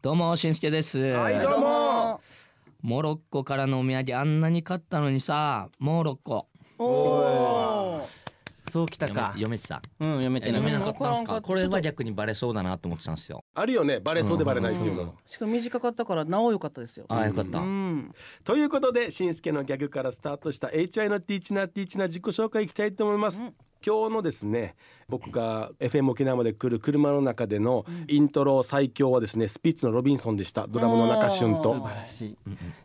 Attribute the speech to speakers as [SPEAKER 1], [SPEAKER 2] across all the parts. [SPEAKER 1] どうもしんすけです、
[SPEAKER 2] はいどうも
[SPEAKER 1] モロッコからのお土産あんなに買ったのにさモロッコ
[SPEAKER 2] おお
[SPEAKER 3] そうきた
[SPEAKER 1] 読め
[SPEAKER 3] か
[SPEAKER 1] 読めてた
[SPEAKER 3] うん読めてな
[SPEAKER 1] 読め
[SPEAKER 3] い
[SPEAKER 1] なかったんです
[SPEAKER 4] わからんか
[SPEAKER 1] か
[SPEAKER 4] った
[SPEAKER 1] これは逆にバレそうだなと思ってたんですよ
[SPEAKER 2] あるよねバレそうでバレないっていうの、
[SPEAKER 1] うん
[SPEAKER 4] しかも短かったからなお良かったですよ
[SPEAKER 1] ああよかった、
[SPEAKER 4] うん
[SPEAKER 2] ということでしんすけのギャグからスタートした HI のティーチナーティーチナー自己紹介いきたいと思います、今日のですね僕が FM 沖縄まで来る車の中でのイントロ最強はですねスピッツのロビンソンでしたドラムの中旬
[SPEAKER 4] お
[SPEAKER 2] と
[SPEAKER 4] ー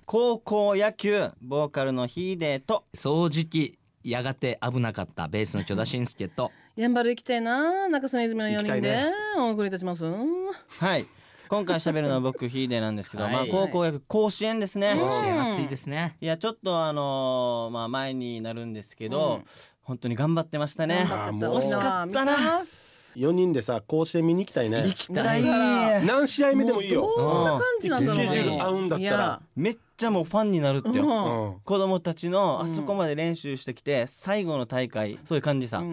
[SPEAKER 3] 高校野球ボーカルのヒーデーと
[SPEAKER 1] 掃除機やがて危なかったベースの巨田しんすけと
[SPEAKER 4] やんばる行きたいな中曽根泉の4
[SPEAKER 2] 行
[SPEAKER 4] 人
[SPEAKER 2] きたい
[SPEAKER 4] で
[SPEAKER 2] ね
[SPEAKER 4] お送りいたします
[SPEAKER 3] はい今回喋るのは僕ヒーデーなんですけど、
[SPEAKER 1] はい
[SPEAKER 3] まあ高校野球甲子園ですね、
[SPEAKER 1] 甲子園
[SPEAKER 4] うん
[SPEAKER 1] 暑いですね
[SPEAKER 3] いやちょっとあのーまあ前になるんですけど、
[SPEAKER 4] うん
[SPEAKER 3] 本当に頑張ってましたね
[SPEAKER 4] 頑張
[SPEAKER 2] あー
[SPEAKER 4] って
[SPEAKER 2] もう
[SPEAKER 4] 沖縄
[SPEAKER 3] 惜しかったな
[SPEAKER 2] 4人でさ甲子園見に行きたいね
[SPEAKER 1] 行きたい
[SPEAKER 4] 見たい
[SPEAKER 2] 何試合目でもいいよ
[SPEAKER 4] うどんな感じなんだろうね
[SPEAKER 1] スケジュール
[SPEAKER 2] 合うんだったら
[SPEAKER 4] いや
[SPEAKER 3] めっちゃもうファンになるってよ、
[SPEAKER 4] うん
[SPEAKER 2] うん
[SPEAKER 3] 子供たちのあそこまで練習してきて、最後の大会そういう感じさ、
[SPEAKER 4] うんう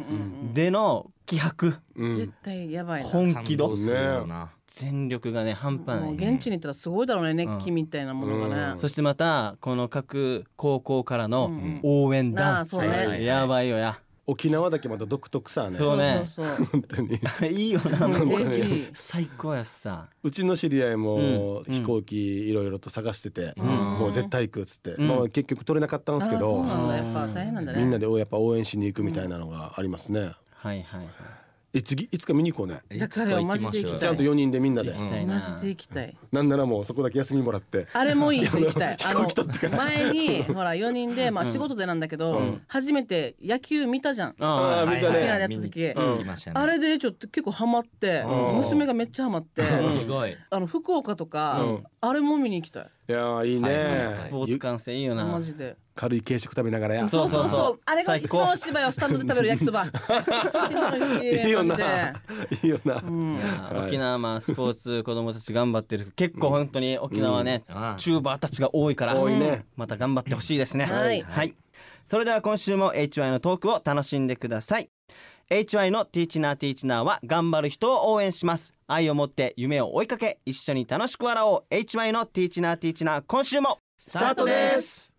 [SPEAKER 4] ん
[SPEAKER 3] での気迫
[SPEAKER 2] う
[SPEAKER 4] うん絶
[SPEAKER 2] ん
[SPEAKER 4] 対やばいなも
[SPEAKER 3] 本気
[SPEAKER 1] 感動
[SPEAKER 3] 度
[SPEAKER 1] するよな
[SPEAKER 3] 全力がね半端な
[SPEAKER 4] う
[SPEAKER 3] い、
[SPEAKER 4] 現地に行ったらすごいだろうね熱気みたいなものが
[SPEAKER 2] うん
[SPEAKER 4] ね
[SPEAKER 3] そしてまたこの各高校から
[SPEAKER 4] う
[SPEAKER 3] の
[SPEAKER 4] ん
[SPEAKER 3] 応援
[SPEAKER 4] な
[SPEAKER 3] 団、
[SPEAKER 4] あそうね
[SPEAKER 3] はいやばいよや
[SPEAKER 2] 沖縄だけまた独特さね
[SPEAKER 3] そうね
[SPEAKER 4] そうそう
[SPEAKER 2] 本当に
[SPEAKER 3] あれいいよ な
[SPEAKER 4] うん
[SPEAKER 3] もう
[SPEAKER 4] ぜひ
[SPEAKER 3] 最高やしさ
[SPEAKER 2] うちの知り合いも
[SPEAKER 3] うん
[SPEAKER 2] 飛行機いろいろと探してて、
[SPEAKER 1] うん
[SPEAKER 2] もう絶対行くっつって、
[SPEAKER 3] うん
[SPEAKER 2] まあ、結局取れなかったんですけ
[SPEAKER 4] あー
[SPEAKER 2] ど
[SPEAKER 4] そうなんだやっぱ大変なんだね
[SPEAKER 2] みんなでやっぱ応援しに行くみたいなのがありますね、
[SPEAKER 3] はいはいはい
[SPEAKER 2] え次いつか見に行こうね
[SPEAKER 4] だからよマジで行き
[SPEAKER 2] ち
[SPEAKER 4] た
[SPEAKER 2] ゃん
[SPEAKER 4] い
[SPEAKER 2] と4人でみんなで、
[SPEAKER 3] 行きたい
[SPEAKER 4] マ
[SPEAKER 3] な
[SPEAKER 4] ジで行きたい
[SPEAKER 2] なんならもうそこだけ休みもらって
[SPEAKER 4] あれもいい行きた い
[SPEAKER 2] 飛
[SPEAKER 4] あ
[SPEAKER 2] 行
[SPEAKER 4] の
[SPEAKER 2] 機取ってから
[SPEAKER 4] 前にほら4人でまあ仕事でなんだけど初めて野球見たじゃん
[SPEAKER 3] あ
[SPEAKER 2] あー
[SPEAKER 3] あ
[SPEAKER 2] 見たね
[SPEAKER 4] 沖縄でやった時
[SPEAKER 1] 見に行きましたね
[SPEAKER 4] あれでちょっと結構ハマって
[SPEAKER 2] うん
[SPEAKER 4] 娘がめっちゃハマって
[SPEAKER 1] すごい
[SPEAKER 4] あの福岡とか
[SPEAKER 2] うん
[SPEAKER 4] あれも見に行きたい
[SPEAKER 2] いやーいいね、
[SPEAKER 1] はいはい
[SPEAKER 3] スポーツ観戦いいよな
[SPEAKER 4] マジで
[SPEAKER 2] 軽い軽食食べながらや
[SPEAKER 4] そうそう
[SPEAKER 3] そうそう
[SPEAKER 4] そ
[SPEAKER 3] そう
[SPEAKER 4] うあれが一番お芝居はスタンドで食べる焼きそば 一番美味し
[SPEAKER 2] い
[SPEAKER 4] い
[SPEAKER 2] いよ
[SPEAKER 4] マジで
[SPEAKER 2] ないいよな、
[SPEAKER 4] うん
[SPEAKER 3] あー
[SPEAKER 2] はい
[SPEAKER 3] 沖縄まあスポーツ子供たち頑張ってる結構本当に沖縄はね、
[SPEAKER 1] うん
[SPEAKER 3] チューバーたちが多いから
[SPEAKER 2] 多いね
[SPEAKER 3] また頑張ってほしいですね
[SPEAKER 4] はい
[SPEAKER 3] それでは今週も HY のトークを楽しんでください HY のティーチナーティーチナーは頑張る人を応援します愛を持って夢を追いかけ一緒に楽しく笑おう HY のティーチナーティーチナー今週もスタートです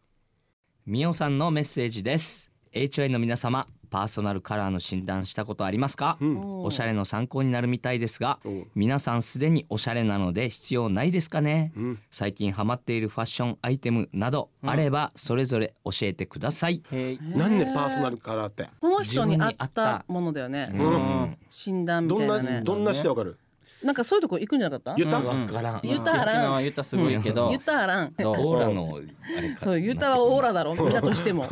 [SPEAKER 1] みおさんのメッセージです HY の皆様パーソナルカラーの診断したことありますか、おしゃれの参考になるみたいですが
[SPEAKER 2] うん
[SPEAKER 1] 皆さんすでにおしゃれなので必要ないですかね、
[SPEAKER 2] ん
[SPEAKER 1] 最近ハマっているファッションアイテムなどあればそれぞれ教えてください、
[SPEAKER 3] へい
[SPEAKER 2] なんでパーソナルカラーって
[SPEAKER 4] この人に
[SPEAKER 1] 自分に
[SPEAKER 4] 合
[SPEAKER 1] 合
[SPEAKER 4] っ
[SPEAKER 1] ったた
[SPEAKER 4] ものだよ
[SPEAKER 1] う
[SPEAKER 4] ね
[SPEAKER 1] ん、
[SPEAKER 4] 診断み
[SPEAKER 2] ど
[SPEAKER 4] た
[SPEAKER 2] ん
[SPEAKER 4] い
[SPEAKER 2] な、
[SPEAKER 4] なね
[SPEAKER 2] どんなしてわかる
[SPEAKER 4] なんかそういうとこ行くんじゃなかった
[SPEAKER 2] 言った、
[SPEAKER 1] わからん
[SPEAKER 4] 言っ
[SPEAKER 3] 沖
[SPEAKER 4] たら
[SPEAKER 3] 縄はユタすごいけど
[SPEAKER 4] ユタラン
[SPEAKER 3] どう
[SPEAKER 1] オーラのあれか
[SPEAKER 4] そうユタはオーラだろ見たとしても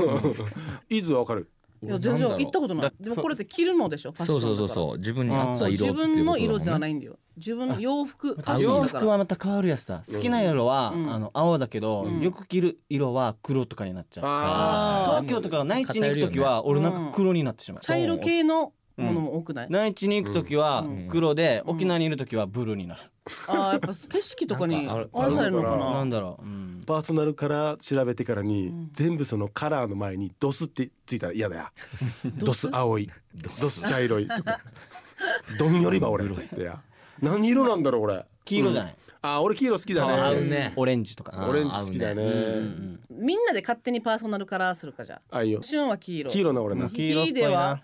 [SPEAKER 2] イズはわかる
[SPEAKER 4] いや全然行ったことないでもこれって着るのでしょファッシ
[SPEAKER 1] そ
[SPEAKER 4] ョ
[SPEAKER 1] う
[SPEAKER 4] ンだ
[SPEAKER 1] そう
[SPEAKER 4] から
[SPEAKER 1] そうそう自分に合っ
[SPEAKER 4] そ
[SPEAKER 1] た
[SPEAKER 4] う
[SPEAKER 1] 色って
[SPEAKER 4] 自分
[SPEAKER 1] いうことだも
[SPEAKER 4] の色
[SPEAKER 1] ん
[SPEAKER 4] じゃな
[SPEAKER 1] ね
[SPEAKER 4] いんだよ自分の洋服ファッションだ
[SPEAKER 3] 洋
[SPEAKER 4] か
[SPEAKER 3] 服
[SPEAKER 4] ら
[SPEAKER 3] はまた変わるやつさ好きな色は、
[SPEAKER 4] うん
[SPEAKER 3] あの青だけど、よく着る色は黒とかになっちゃう
[SPEAKER 2] あ
[SPEAKER 1] あ
[SPEAKER 3] 東京とか内地に行く時は俺なんか黒になってしまう、
[SPEAKER 4] 茶色系のものも多くない
[SPEAKER 3] 内地に行く時は
[SPEAKER 1] ん
[SPEAKER 3] 黒で、沖縄にいる時はブルーになる、
[SPEAKER 4] ああやっぱ景色とかに
[SPEAKER 1] なんか
[SPEAKER 4] あれされるのか
[SPEAKER 3] な
[SPEAKER 4] なん
[SPEAKER 3] だろう、うん
[SPEAKER 2] ーパーソナルカラー調べてからに、全部そのカラーの前にドスってついたら嫌 だよドス青いドス茶色いとかどんよりば俺つってや何色なんだろう俺
[SPEAKER 3] 黄色じゃない、
[SPEAKER 2] あー俺黄色好きだね
[SPEAKER 1] 合うね
[SPEAKER 3] オレンジとか
[SPEAKER 2] オレンジ好きだね
[SPEAKER 1] 合
[SPEAKER 4] みんなで勝手にパーソナルカラーするかじゃ
[SPEAKER 2] あいいよ
[SPEAKER 4] あ旬は黄色
[SPEAKER 2] 黄色な俺な
[SPEAKER 3] 黄色っぽい
[SPEAKER 4] では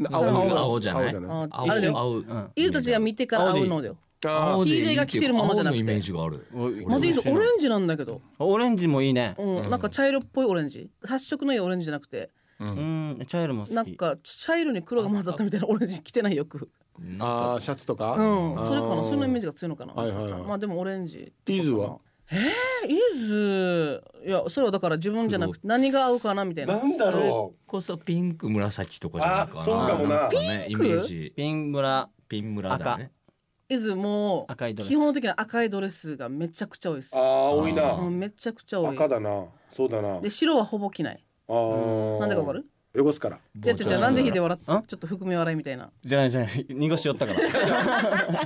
[SPEAKER 3] な
[SPEAKER 2] 青
[SPEAKER 1] 青
[SPEAKER 2] だ
[SPEAKER 1] 青じゃない
[SPEAKER 2] 青だ
[SPEAKER 4] あ
[SPEAKER 1] 青
[SPEAKER 4] あれだよ
[SPEAKER 1] 青
[SPEAKER 4] イルたちが見てから合うのだよ
[SPEAKER 2] あ
[SPEAKER 1] 青
[SPEAKER 2] ー
[SPEAKER 1] でいい
[SPEAKER 4] ヒーデーが着てるものじゃな
[SPEAKER 1] 青
[SPEAKER 4] くて
[SPEAKER 1] のイメージがある
[SPEAKER 3] おい
[SPEAKER 4] マジでオレンジなんだけど、
[SPEAKER 3] オレンジもいいね
[SPEAKER 4] うん、なんか茶色っぽいオレンジ発色のいいオレンジじゃなくて
[SPEAKER 3] うん、茶色も好き
[SPEAKER 4] なんか茶色に黒が混ざったみたいなオレンジ着てないよく
[SPEAKER 2] あーシャツとか、
[SPEAKER 4] うんそれか
[SPEAKER 2] あ
[SPEAKER 4] な
[SPEAKER 2] ー
[SPEAKER 4] そんなイメージが強いのかな、
[SPEAKER 2] はいはいはい
[SPEAKER 4] まあでもオレンジ
[SPEAKER 2] イズは
[SPEAKER 4] えイズいやそれはだから自分じゃなくて何が合うかなみたいな
[SPEAKER 2] なんだろ
[SPEAKER 1] こそピンク紫とかじゃないかな
[SPEAKER 2] あそうかもなん
[SPEAKER 1] ね
[SPEAKER 4] ピンク
[SPEAKER 1] イメージ
[SPEAKER 3] ピンブラ
[SPEAKER 1] ピン村だね
[SPEAKER 4] イズも
[SPEAKER 3] 赤いドレス
[SPEAKER 4] 基本的な赤いドレスがめちゃくちゃ多いです
[SPEAKER 2] うああ多いな
[SPEAKER 4] うん、めちゃくちゃ多い
[SPEAKER 2] 赤だなそうだな
[SPEAKER 4] で白はほぼ着ない
[SPEAKER 2] あー
[SPEAKER 4] なんでかわかる
[SPEAKER 2] 汚すから
[SPEAKER 4] じゃじゃじゃなんで火で笑っ
[SPEAKER 3] ん
[SPEAKER 4] ちょっと含み笑いみたいな。
[SPEAKER 3] じゃないじゃない濁しよったから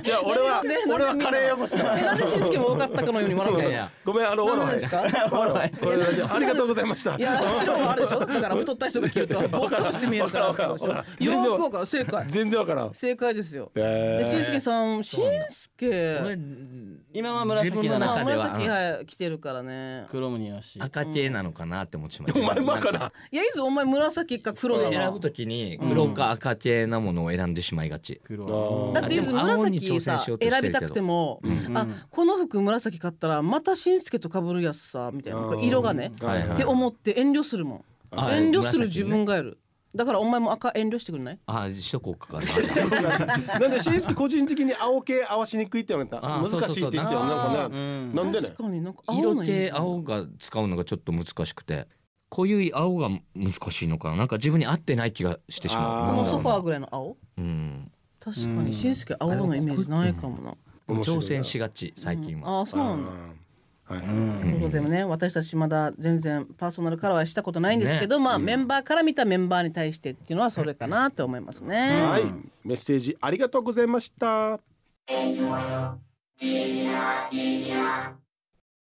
[SPEAKER 2] じゃあ俺は
[SPEAKER 4] ね
[SPEAKER 2] 俺はカレー汚すから
[SPEAKER 4] えなんでしんすけも分かったかのように笑う
[SPEAKER 1] い
[SPEAKER 4] ん
[SPEAKER 1] やい
[SPEAKER 4] だよ。
[SPEAKER 1] や
[SPEAKER 2] ごめんあの
[SPEAKER 4] な
[SPEAKER 2] 終
[SPEAKER 4] ん
[SPEAKER 2] わら
[SPEAKER 4] でで
[SPEAKER 2] ない
[SPEAKER 4] すか？
[SPEAKER 2] これありがとうございました
[SPEAKER 4] いや白はあるでしょ。だから太った人が着 るとぼっちょして見えるから。よーくわかる正解
[SPEAKER 2] 全然わからん
[SPEAKER 4] 正解ですよ。
[SPEAKER 2] え
[SPEAKER 4] で
[SPEAKER 2] ー
[SPEAKER 4] しんすけさんしんす
[SPEAKER 1] 俺
[SPEAKER 4] け
[SPEAKER 3] 今は紫だ
[SPEAKER 1] 自分の
[SPEAKER 4] ま
[SPEAKER 1] 中
[SPEAKER 4] あ
[SPEAKER 1] では
[SPEAKER 4] 紫はい着てるからね。
[SPEAKER 3] クロムによし
[SPEAKER 1] 赤系なのかなって思ってました
[SPEAKER 2] お前バカない
[SPEAKER 4] やいいぞお前紫か黒だ
[SPEAKER 1] 選
[SPEAKER 4] な
[SPEAKER 1] ぶ。ときに黒か赤系なものを選んでしまいがち、
[SPEAKER 3] 黒
[SPEAKER 4] だっていい
[SPEAKER 1] で
[SPEAKER 4] ぞ
[SPEAKER 1] も青に
[SPEAKER 4] 紫
[SPEAKER 1] 挑
[SPEAKER 4] さ
[SPEAKER 1] 戦しよ
[SPEAKER 4] 選
[SPEAKER 1] うとしてるけ
[SPEAKER 4] び
[SPEAKER 1] ど
[SPEAKER 4] たくても、あこの服紫買ったらまたしんすけと被るやつさみたいなこれ色がね
[SPEAKER 2] うん
[SPEAKER 1] はいはい
[SPEAKER 4] って思って遠慮するもん
[SPEAKER 1] あ
[SPEAKER 4] 遠慮する
[SPEAKER 1] 紫ね
[SPEAKER 4] 自分がいる、だからお前も赤遠慮してくれない
[SPEAKER 1] あしとこう かな
[SPEAKER 2] なんでしんすけ個人的に青系合わしにくいって言われた
[SPEAKER 1] あー
[SPEAKER 2] 難しいって言ってた
[SPEAKER 1] そうそうそ
[SPEAKER 2] よ
[SPEAKER 1] う
[SPEAKER 2] なんか
[SPEAKER 3] う
[SPEAKER 2] ね
[SPEAKER 3] ん
[SPEAKER 2] なんでね
[SPEAKER 4] 確かになんか青
[SPEAKER 1] 色
[SPEAKER 4] のイメー
[SPEAKER 1] 系
[SPEAKER 4] ジ
[SPEAKER 1] 青が使うのがちょっと難しくて濃い青が難しいのかななんか自分に合ってない気がしてしま
[SPEAKER 2] あ
[SPEAKER 1] う
[SPEAKER 4] こ
[SPEAKER 1] なんだ
[SPEAKER 4] の
[SPEAKER 1] ろ
[SPEAKER 4] ソ
[SPEAKER 1] う
[SPEAKER 4] ファーぐらいの青
[SPEAKER 1] なうん
[SPEAKER 4] 確かにしんすけ青のイメージないかもな、
[SPEAKER 2] 面白い
[SPEAKER 1] 挑戦しがち最近は、
[SPEAKER 4] ああそうなんだ、
[SPEAKER 2] はい
[SPEAKER 4] ということでもね私たちまだ全然パーソナルカラーはしたことないんですけど、まあ、メンバーから見たメンバーに対してっていうのはそれかなって思いますね。
[SPEAKER 2] はいメッセージありがとうございました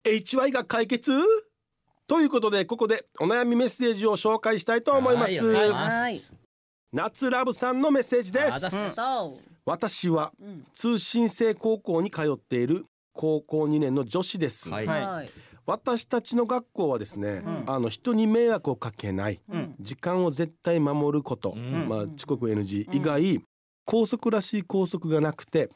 [SPEAKER 2] HY が解決ということでここでお悩みメッセージを紹介したいと思いま
[SPEAKER 1] はい
[SPEAKER 2] す
[SPEAKER 1] お願いします
[SPEAKER 4] はい
[SPEAKER 2] 夏ラブさんのメッセージで
[SPEAKER 1] あ
[SPEAKER 2] す
[SPEAKER 1] だす
[SPEAKER 4] そ
[SPEAKER 2] 私は
[SPEAKER 4] う、うん
[SPEAKER 2] 通信制高校に通っている高校2年の女子です、
[SPEAKER 1] はい
[SPEAKER 3] はい
[SPEAKER 4] はい
[SPEAKER 2] 私たちの学校はですね、
[SPEAKER 4] うん
[SPEAKER 2] あの人に迷惑をかけない時間を絶対守ること、
[SPEAKER 1] うん
[SPEAKER 2] まあ遅刻 NG 以外、高速らしい高速がなくて、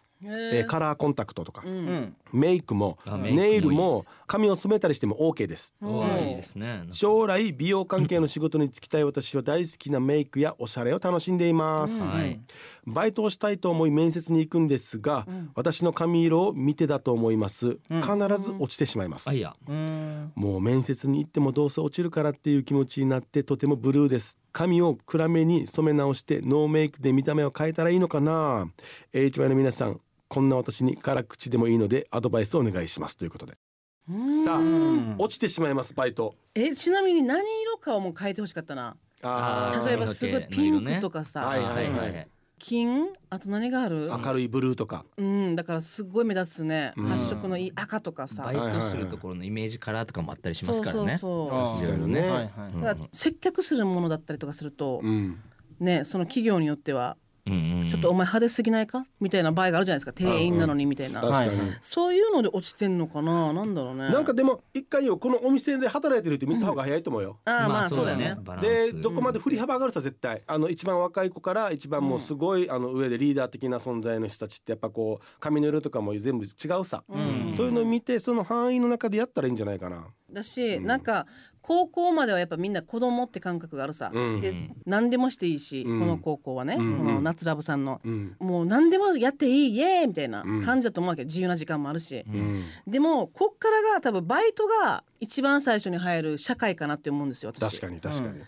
[SPEAKER 2] え
[SPEAKER 4] え
[SPEAKER 2] ーカラーコンタクトとか、
[SPEAKER 4] う
[SPEAKER 3] うんん
[SPEAKER 2] メイクも
[SPEAKER 1] あメイクもいい
[SPEAKER 2] ネイルも髪を染めたりしても OK です
[SPEAKER 1] うわいいですねなんか
[SPEAKER 2] 将来美容関係の仕事に就きたい私は大好きなメイクやおしゃれを楽しんでいます、
[SPEAKER 1] はい
[SPEAKER 2] バイトをしたいと思い面接に行くんですが、私の髪色を見てだと思います、必ず落ちてしまいます、
[SPEAKER 1] あいや
[SPEAKER 3] うん
[SPEAKER 2] もう面接に行ってもどうせ落ちるからっていう気持ちになってとてもブルーです髪を暗めに染め直してノーメイクで見た目を変えたらいいのかな HY の皆さんこんな私に辛口でもいいのでアドバイスをお願いしますということで
[SPEAKER 4] うん
[SPEAKER 2] さあ
[SPEAKER 3] ん
[SPEAKER 2] 落ちてしまいますバイト
[SPEAKER 4] えちなみに何色かをもう変えてほしかったな
[SPEAKER 2] あー
[SPEAKER 1] ー
[SPEAKER 4] 例えばすごいピンクとかさ、
[SPEAKER 2] はいはいはい
[SPEAKER 4] 金あと何がある
[SPEAKER 2] 明るいブルーとか
[SPEAKER 4] うんだからすごい目立つね、
[SPEAKER 2] うん
[SPEAKER 4] 発色のいい赤とかさ、
[SPEAKER 1] バイトするところのイメージカラーとかもあったりしますからね
[SPEAKER 4] そうそう
[SPEAKER 3] あ
[SPEAKER 4] そ
[SPEAKER 3] ー
[SPEAKER 2] 確かに
[SPEAKER 1] ね
[SPEAKER 2] ね、
[SPEAKER 3] はいはい
[SPEAKER 1] うん
[SPEAKER 4] うだから接客するものだったりとかすると、
[SPEAKER 2] うん
[SPEAKER 4] ねその企業によっては
[SPEAKER 1] うんうん
[SPEAKER 4] ちょっとお前派手すぎないかみたいな場合があるじゃないですか店員なのにみたいな、
[SPEAKER 2] 確かに、
[SPEAKER 3] はいは
[SPEAKER 4] そういうので落ちてんのかななんだろうね
[SPEAKER 2] なんかでも一回よこのお店で働いてるって見た方が早いと思うよ、
[SPEAKER 4] ああまあそうだよね
[SPEAKER 1] バラン
[SPEAKER 2] で
[SPEAKER 1] ス
[SPEAKER 2] どこまで振り幅上がるさ絶対あの一番若い子から一番もうすごい、あの上でリーダー的な存在の人たちってやっぱこう髪の色とかも全部違うさ、
[SPEAKER 1] ん
[SPEAKER 2] そういうのを見てその範囲の中でやったらいいんじゃないかな。
[SPEAKER 4] だし、なんか高校まではやっぱみんな子供って感覚があるさ、
[SPEAKER 2] うん
[SPEAKER 4] で何でもしていいし、
[SPEAKER 2] うん
[SPEAKER 4] この高校はね、
[SPEAKER 2] うん
[SPEAKER 4] この夏ラブさんの、
[SPEAKER 2] うん
[SPEAKER 4] もう何でもやっていいイエーイみたいな
[SPEAKER 2] うん
[SPEAKER 4] 感じだと思うわけ自由な時間もあるし、
[SPEAKER 2] うん
[SPEAKER 4] でもこっからが多分バイトが一番最初に入る社会かなって思うんですよ私
[SPEAKER 2] 確かに確かに、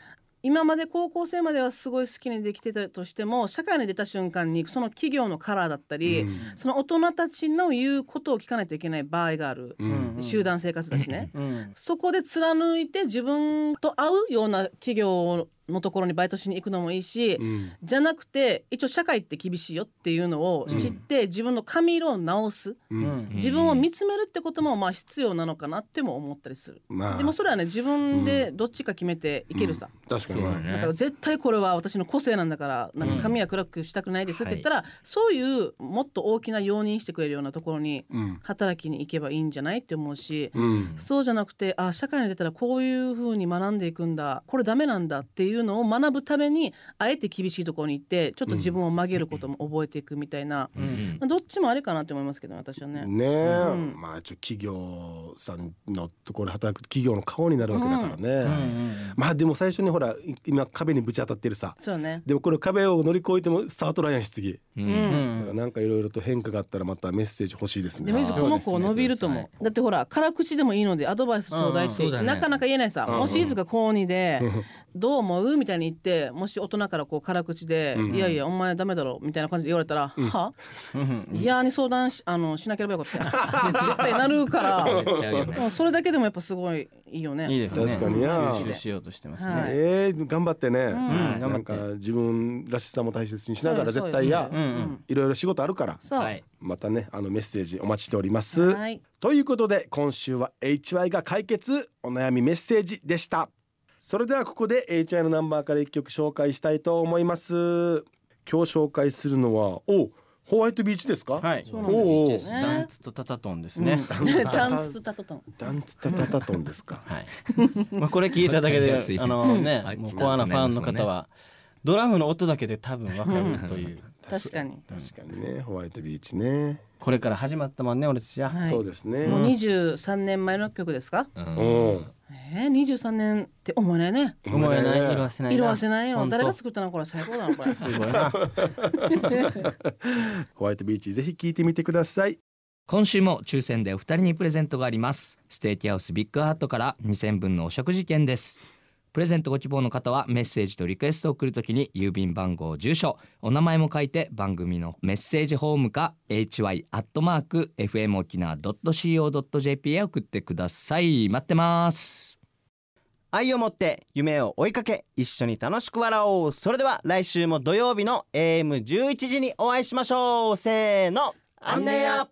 [SPEAKER 4] 今まで高校生まではすごい好きにできてたとしても社会に出た瞬間にその企業のカラーだったり、
[SPEAKER 2] うん
[SPEAKER 4] その大人たちの言うことを聞かないといけない場合がある、
[SPEAKER 2] うん
[SPEAKER 4] 集団生活だしね、
[SPEAKER 3] うん
[SPEAKER 4] そこで貫いて自分と合うような企業のところにバイトしに行くのもいいし、
[SPEAKER 2] うん
[SPEAKER 4] じゃなくて一応社会って厳しいよっていうのを知って、自分の髪色を直す
[SPEAKER 2] う
[SPEAKER 3] うんん
[SPEAKER 4] 自分を見つめるってこともまあ必要なのかなっても思ったりする、
[SPEAKER 2] まあ
[SPEAKER 4] でもそれはね自分でどっちか決めていけるさ、
[SPEAKER 2] 確か
[SPEAKER 1] そうだ
[SPEAKER 2] に、
[SPEAKER 1] ね
[SPEAKER 4] だから絶対これは私の個性なんだからなんか髪は暗くしたくないですって言ったら、そういうもっと大きな容認してくれるようなところに
[SPEAKER 2] うん
[SPEAKER 4] 働きに行けばいいんじゃないって思うし、
[SPEAKER 2] うん
[SPEAKER 4] そうじゃなくてあ社会に出たらこういうふうに学んでいくんだこれダメなんだっていうのを学ぶためにあえて厳しいところに行ってちょっと自分を曲げることも覚えていくみたいな、
[SPEAKER 1] うん
[SPEAKER 4] まあどっちもあれかなって思いますけどね私はね。
[SPEAKER 2] ねえ、
[SPEAKER 4] ん
[SPEAKER 2] まあちょ企業さんのところで働くと企業の顔になるわけだからね、
[SPEAKER 3] うん
[SPEAKER 2] まあでも最初にほらい今壁にぶち当たってるさ
[SPEAKER 4] そうよね
[SPEAKER 2] でもこれ壁を乗り越えてもスタートラインやし次
[SPEAKER 1] う
[SPEAKER 4] うん
[SPEAKER 3] う
[SPEAKER 2] だから
[SPEAKER 3] んん
[SPEAKER 2] なんかいろいろと変化があったらまたメッセージ欲しいです
[SPEAKER 4] で
[SPEAKER 2] ね。
[SPEAKER 4] もいずこの子伸びると思う、
[SPEAKER 1] はい
[SPEAKER 4] だってほら辛口でもいいのでアドバイスちょうだいって、
[SPEAKER 1] うんうんそうだね
[SPEAKER 4] なかなか言えないさ、
[SPEAKER 2] ん
[SPEAKER 4] もしいずが高2で、どう思うみたいに言ってもし大人からこう辛口で、
[SPEAKER 2] うん
[SPEAKER 4] いやいやお前ダメだろみたいな感じで言われたら、は嫌に相談しあのしなければよかったよって絶対なるから
[SPEAKER 1] 言っ ちゃうよね
[SPEAKER 4] もうそれだけでもやっぱすごいいいよね
[SPEAKER 3] いいですね
[SPEAKER 2] 確かにな
[SPEAKER 3] 吸収しようとしてますね、
[SPEAKER 4] はい
[SPEAKER 2] えー頑張ってね、
[SPEAKER 3] ん
[SPEAKER 2] なんか
[SPEAKER 3] 頑
[SPEAKER 2] 自分らしさも大切にしながら
[SPEAKER 4] そうよ
[SPEAKER 2] 絶対や
[SPEAKER 4] そうよ
[SPEAKER 3] うんうん
[SPEAKER 2] いろいろ仕事あるから
[SPEAKER 4] そう、
[SPEAKER 1] はい
[SPEAKER 2] またねあのメッセージお待ちしております、
[SPEAKER 4] はい
[SPEAKER 2] ということで今週は HY が解決お悩みメッセージでしたそれではここで HY のナンバーから一曲紹介したいと思います今日紹介するのはおホワイトビーチですか、
[SPEAKER 3] はい
[SPEAKER 4] そうなんです
[SPEAKER 2] おお
[SPEAKER 4] ね
[SPEAKER 3] ダンツとタタトンですね、
[SPEAKER 4] ダンツタトトン
[SPEAKER 2] ダンツタタタトンですか
[SPEAKER 3] はい、まあこれ聞いただけ
[SPEAKER 1] わかり
[SPEAKER 3] で
[SPEAKER 1] やすい
[SPEAKER 3] あのね
[SPEAKER 1] はい
[SPEAKER 3] もうコアなファンの方はドラムの音だけで多分わかるという
[SPEAKER 4] 確かに
[SPEAKER 2] 確かにねホワイトビーチね、
[SPEAKER 3] これから始まったもんね俺たちは、
[SPEAKER 4] はい
[SPEAKER 2] そうですね
[SPEAKER 4] もう23年前の曲ですか、
[SPEAKER 1] うん
[SPEAKER 2] うん
[SPEAKER 4] えー、23年って思えないね
[SPEAKER 3] 思えない色褪せない
[SPEAKER 4] 色褪せないよ
[SPEAKER 3] 本当
[SPEAKER 4] 誰が作ったのこれ最高だなこれ
[SPEAKER 3] すごいな
[SPEAKER 2] ホワイトビーチぜひ聞いてみてください
[SPEAKER 1] 今週も抽選でお二人にプレゼントがありますステーキハウスビッグハートから2000分のお食事券ですプレゼントご希望の方はメッセージとリクエストを送るときに郵便番号住所お名前も書いて番組のメッセージホームか hy.fmokina.co.jp へ送ってください待ってます
[SPEAKER 3] 愛を持って夢を追いかけ一緒に楽しく笑おうそれでは来週も土曜日の AM11 時にお会いしましょうせーのアンネや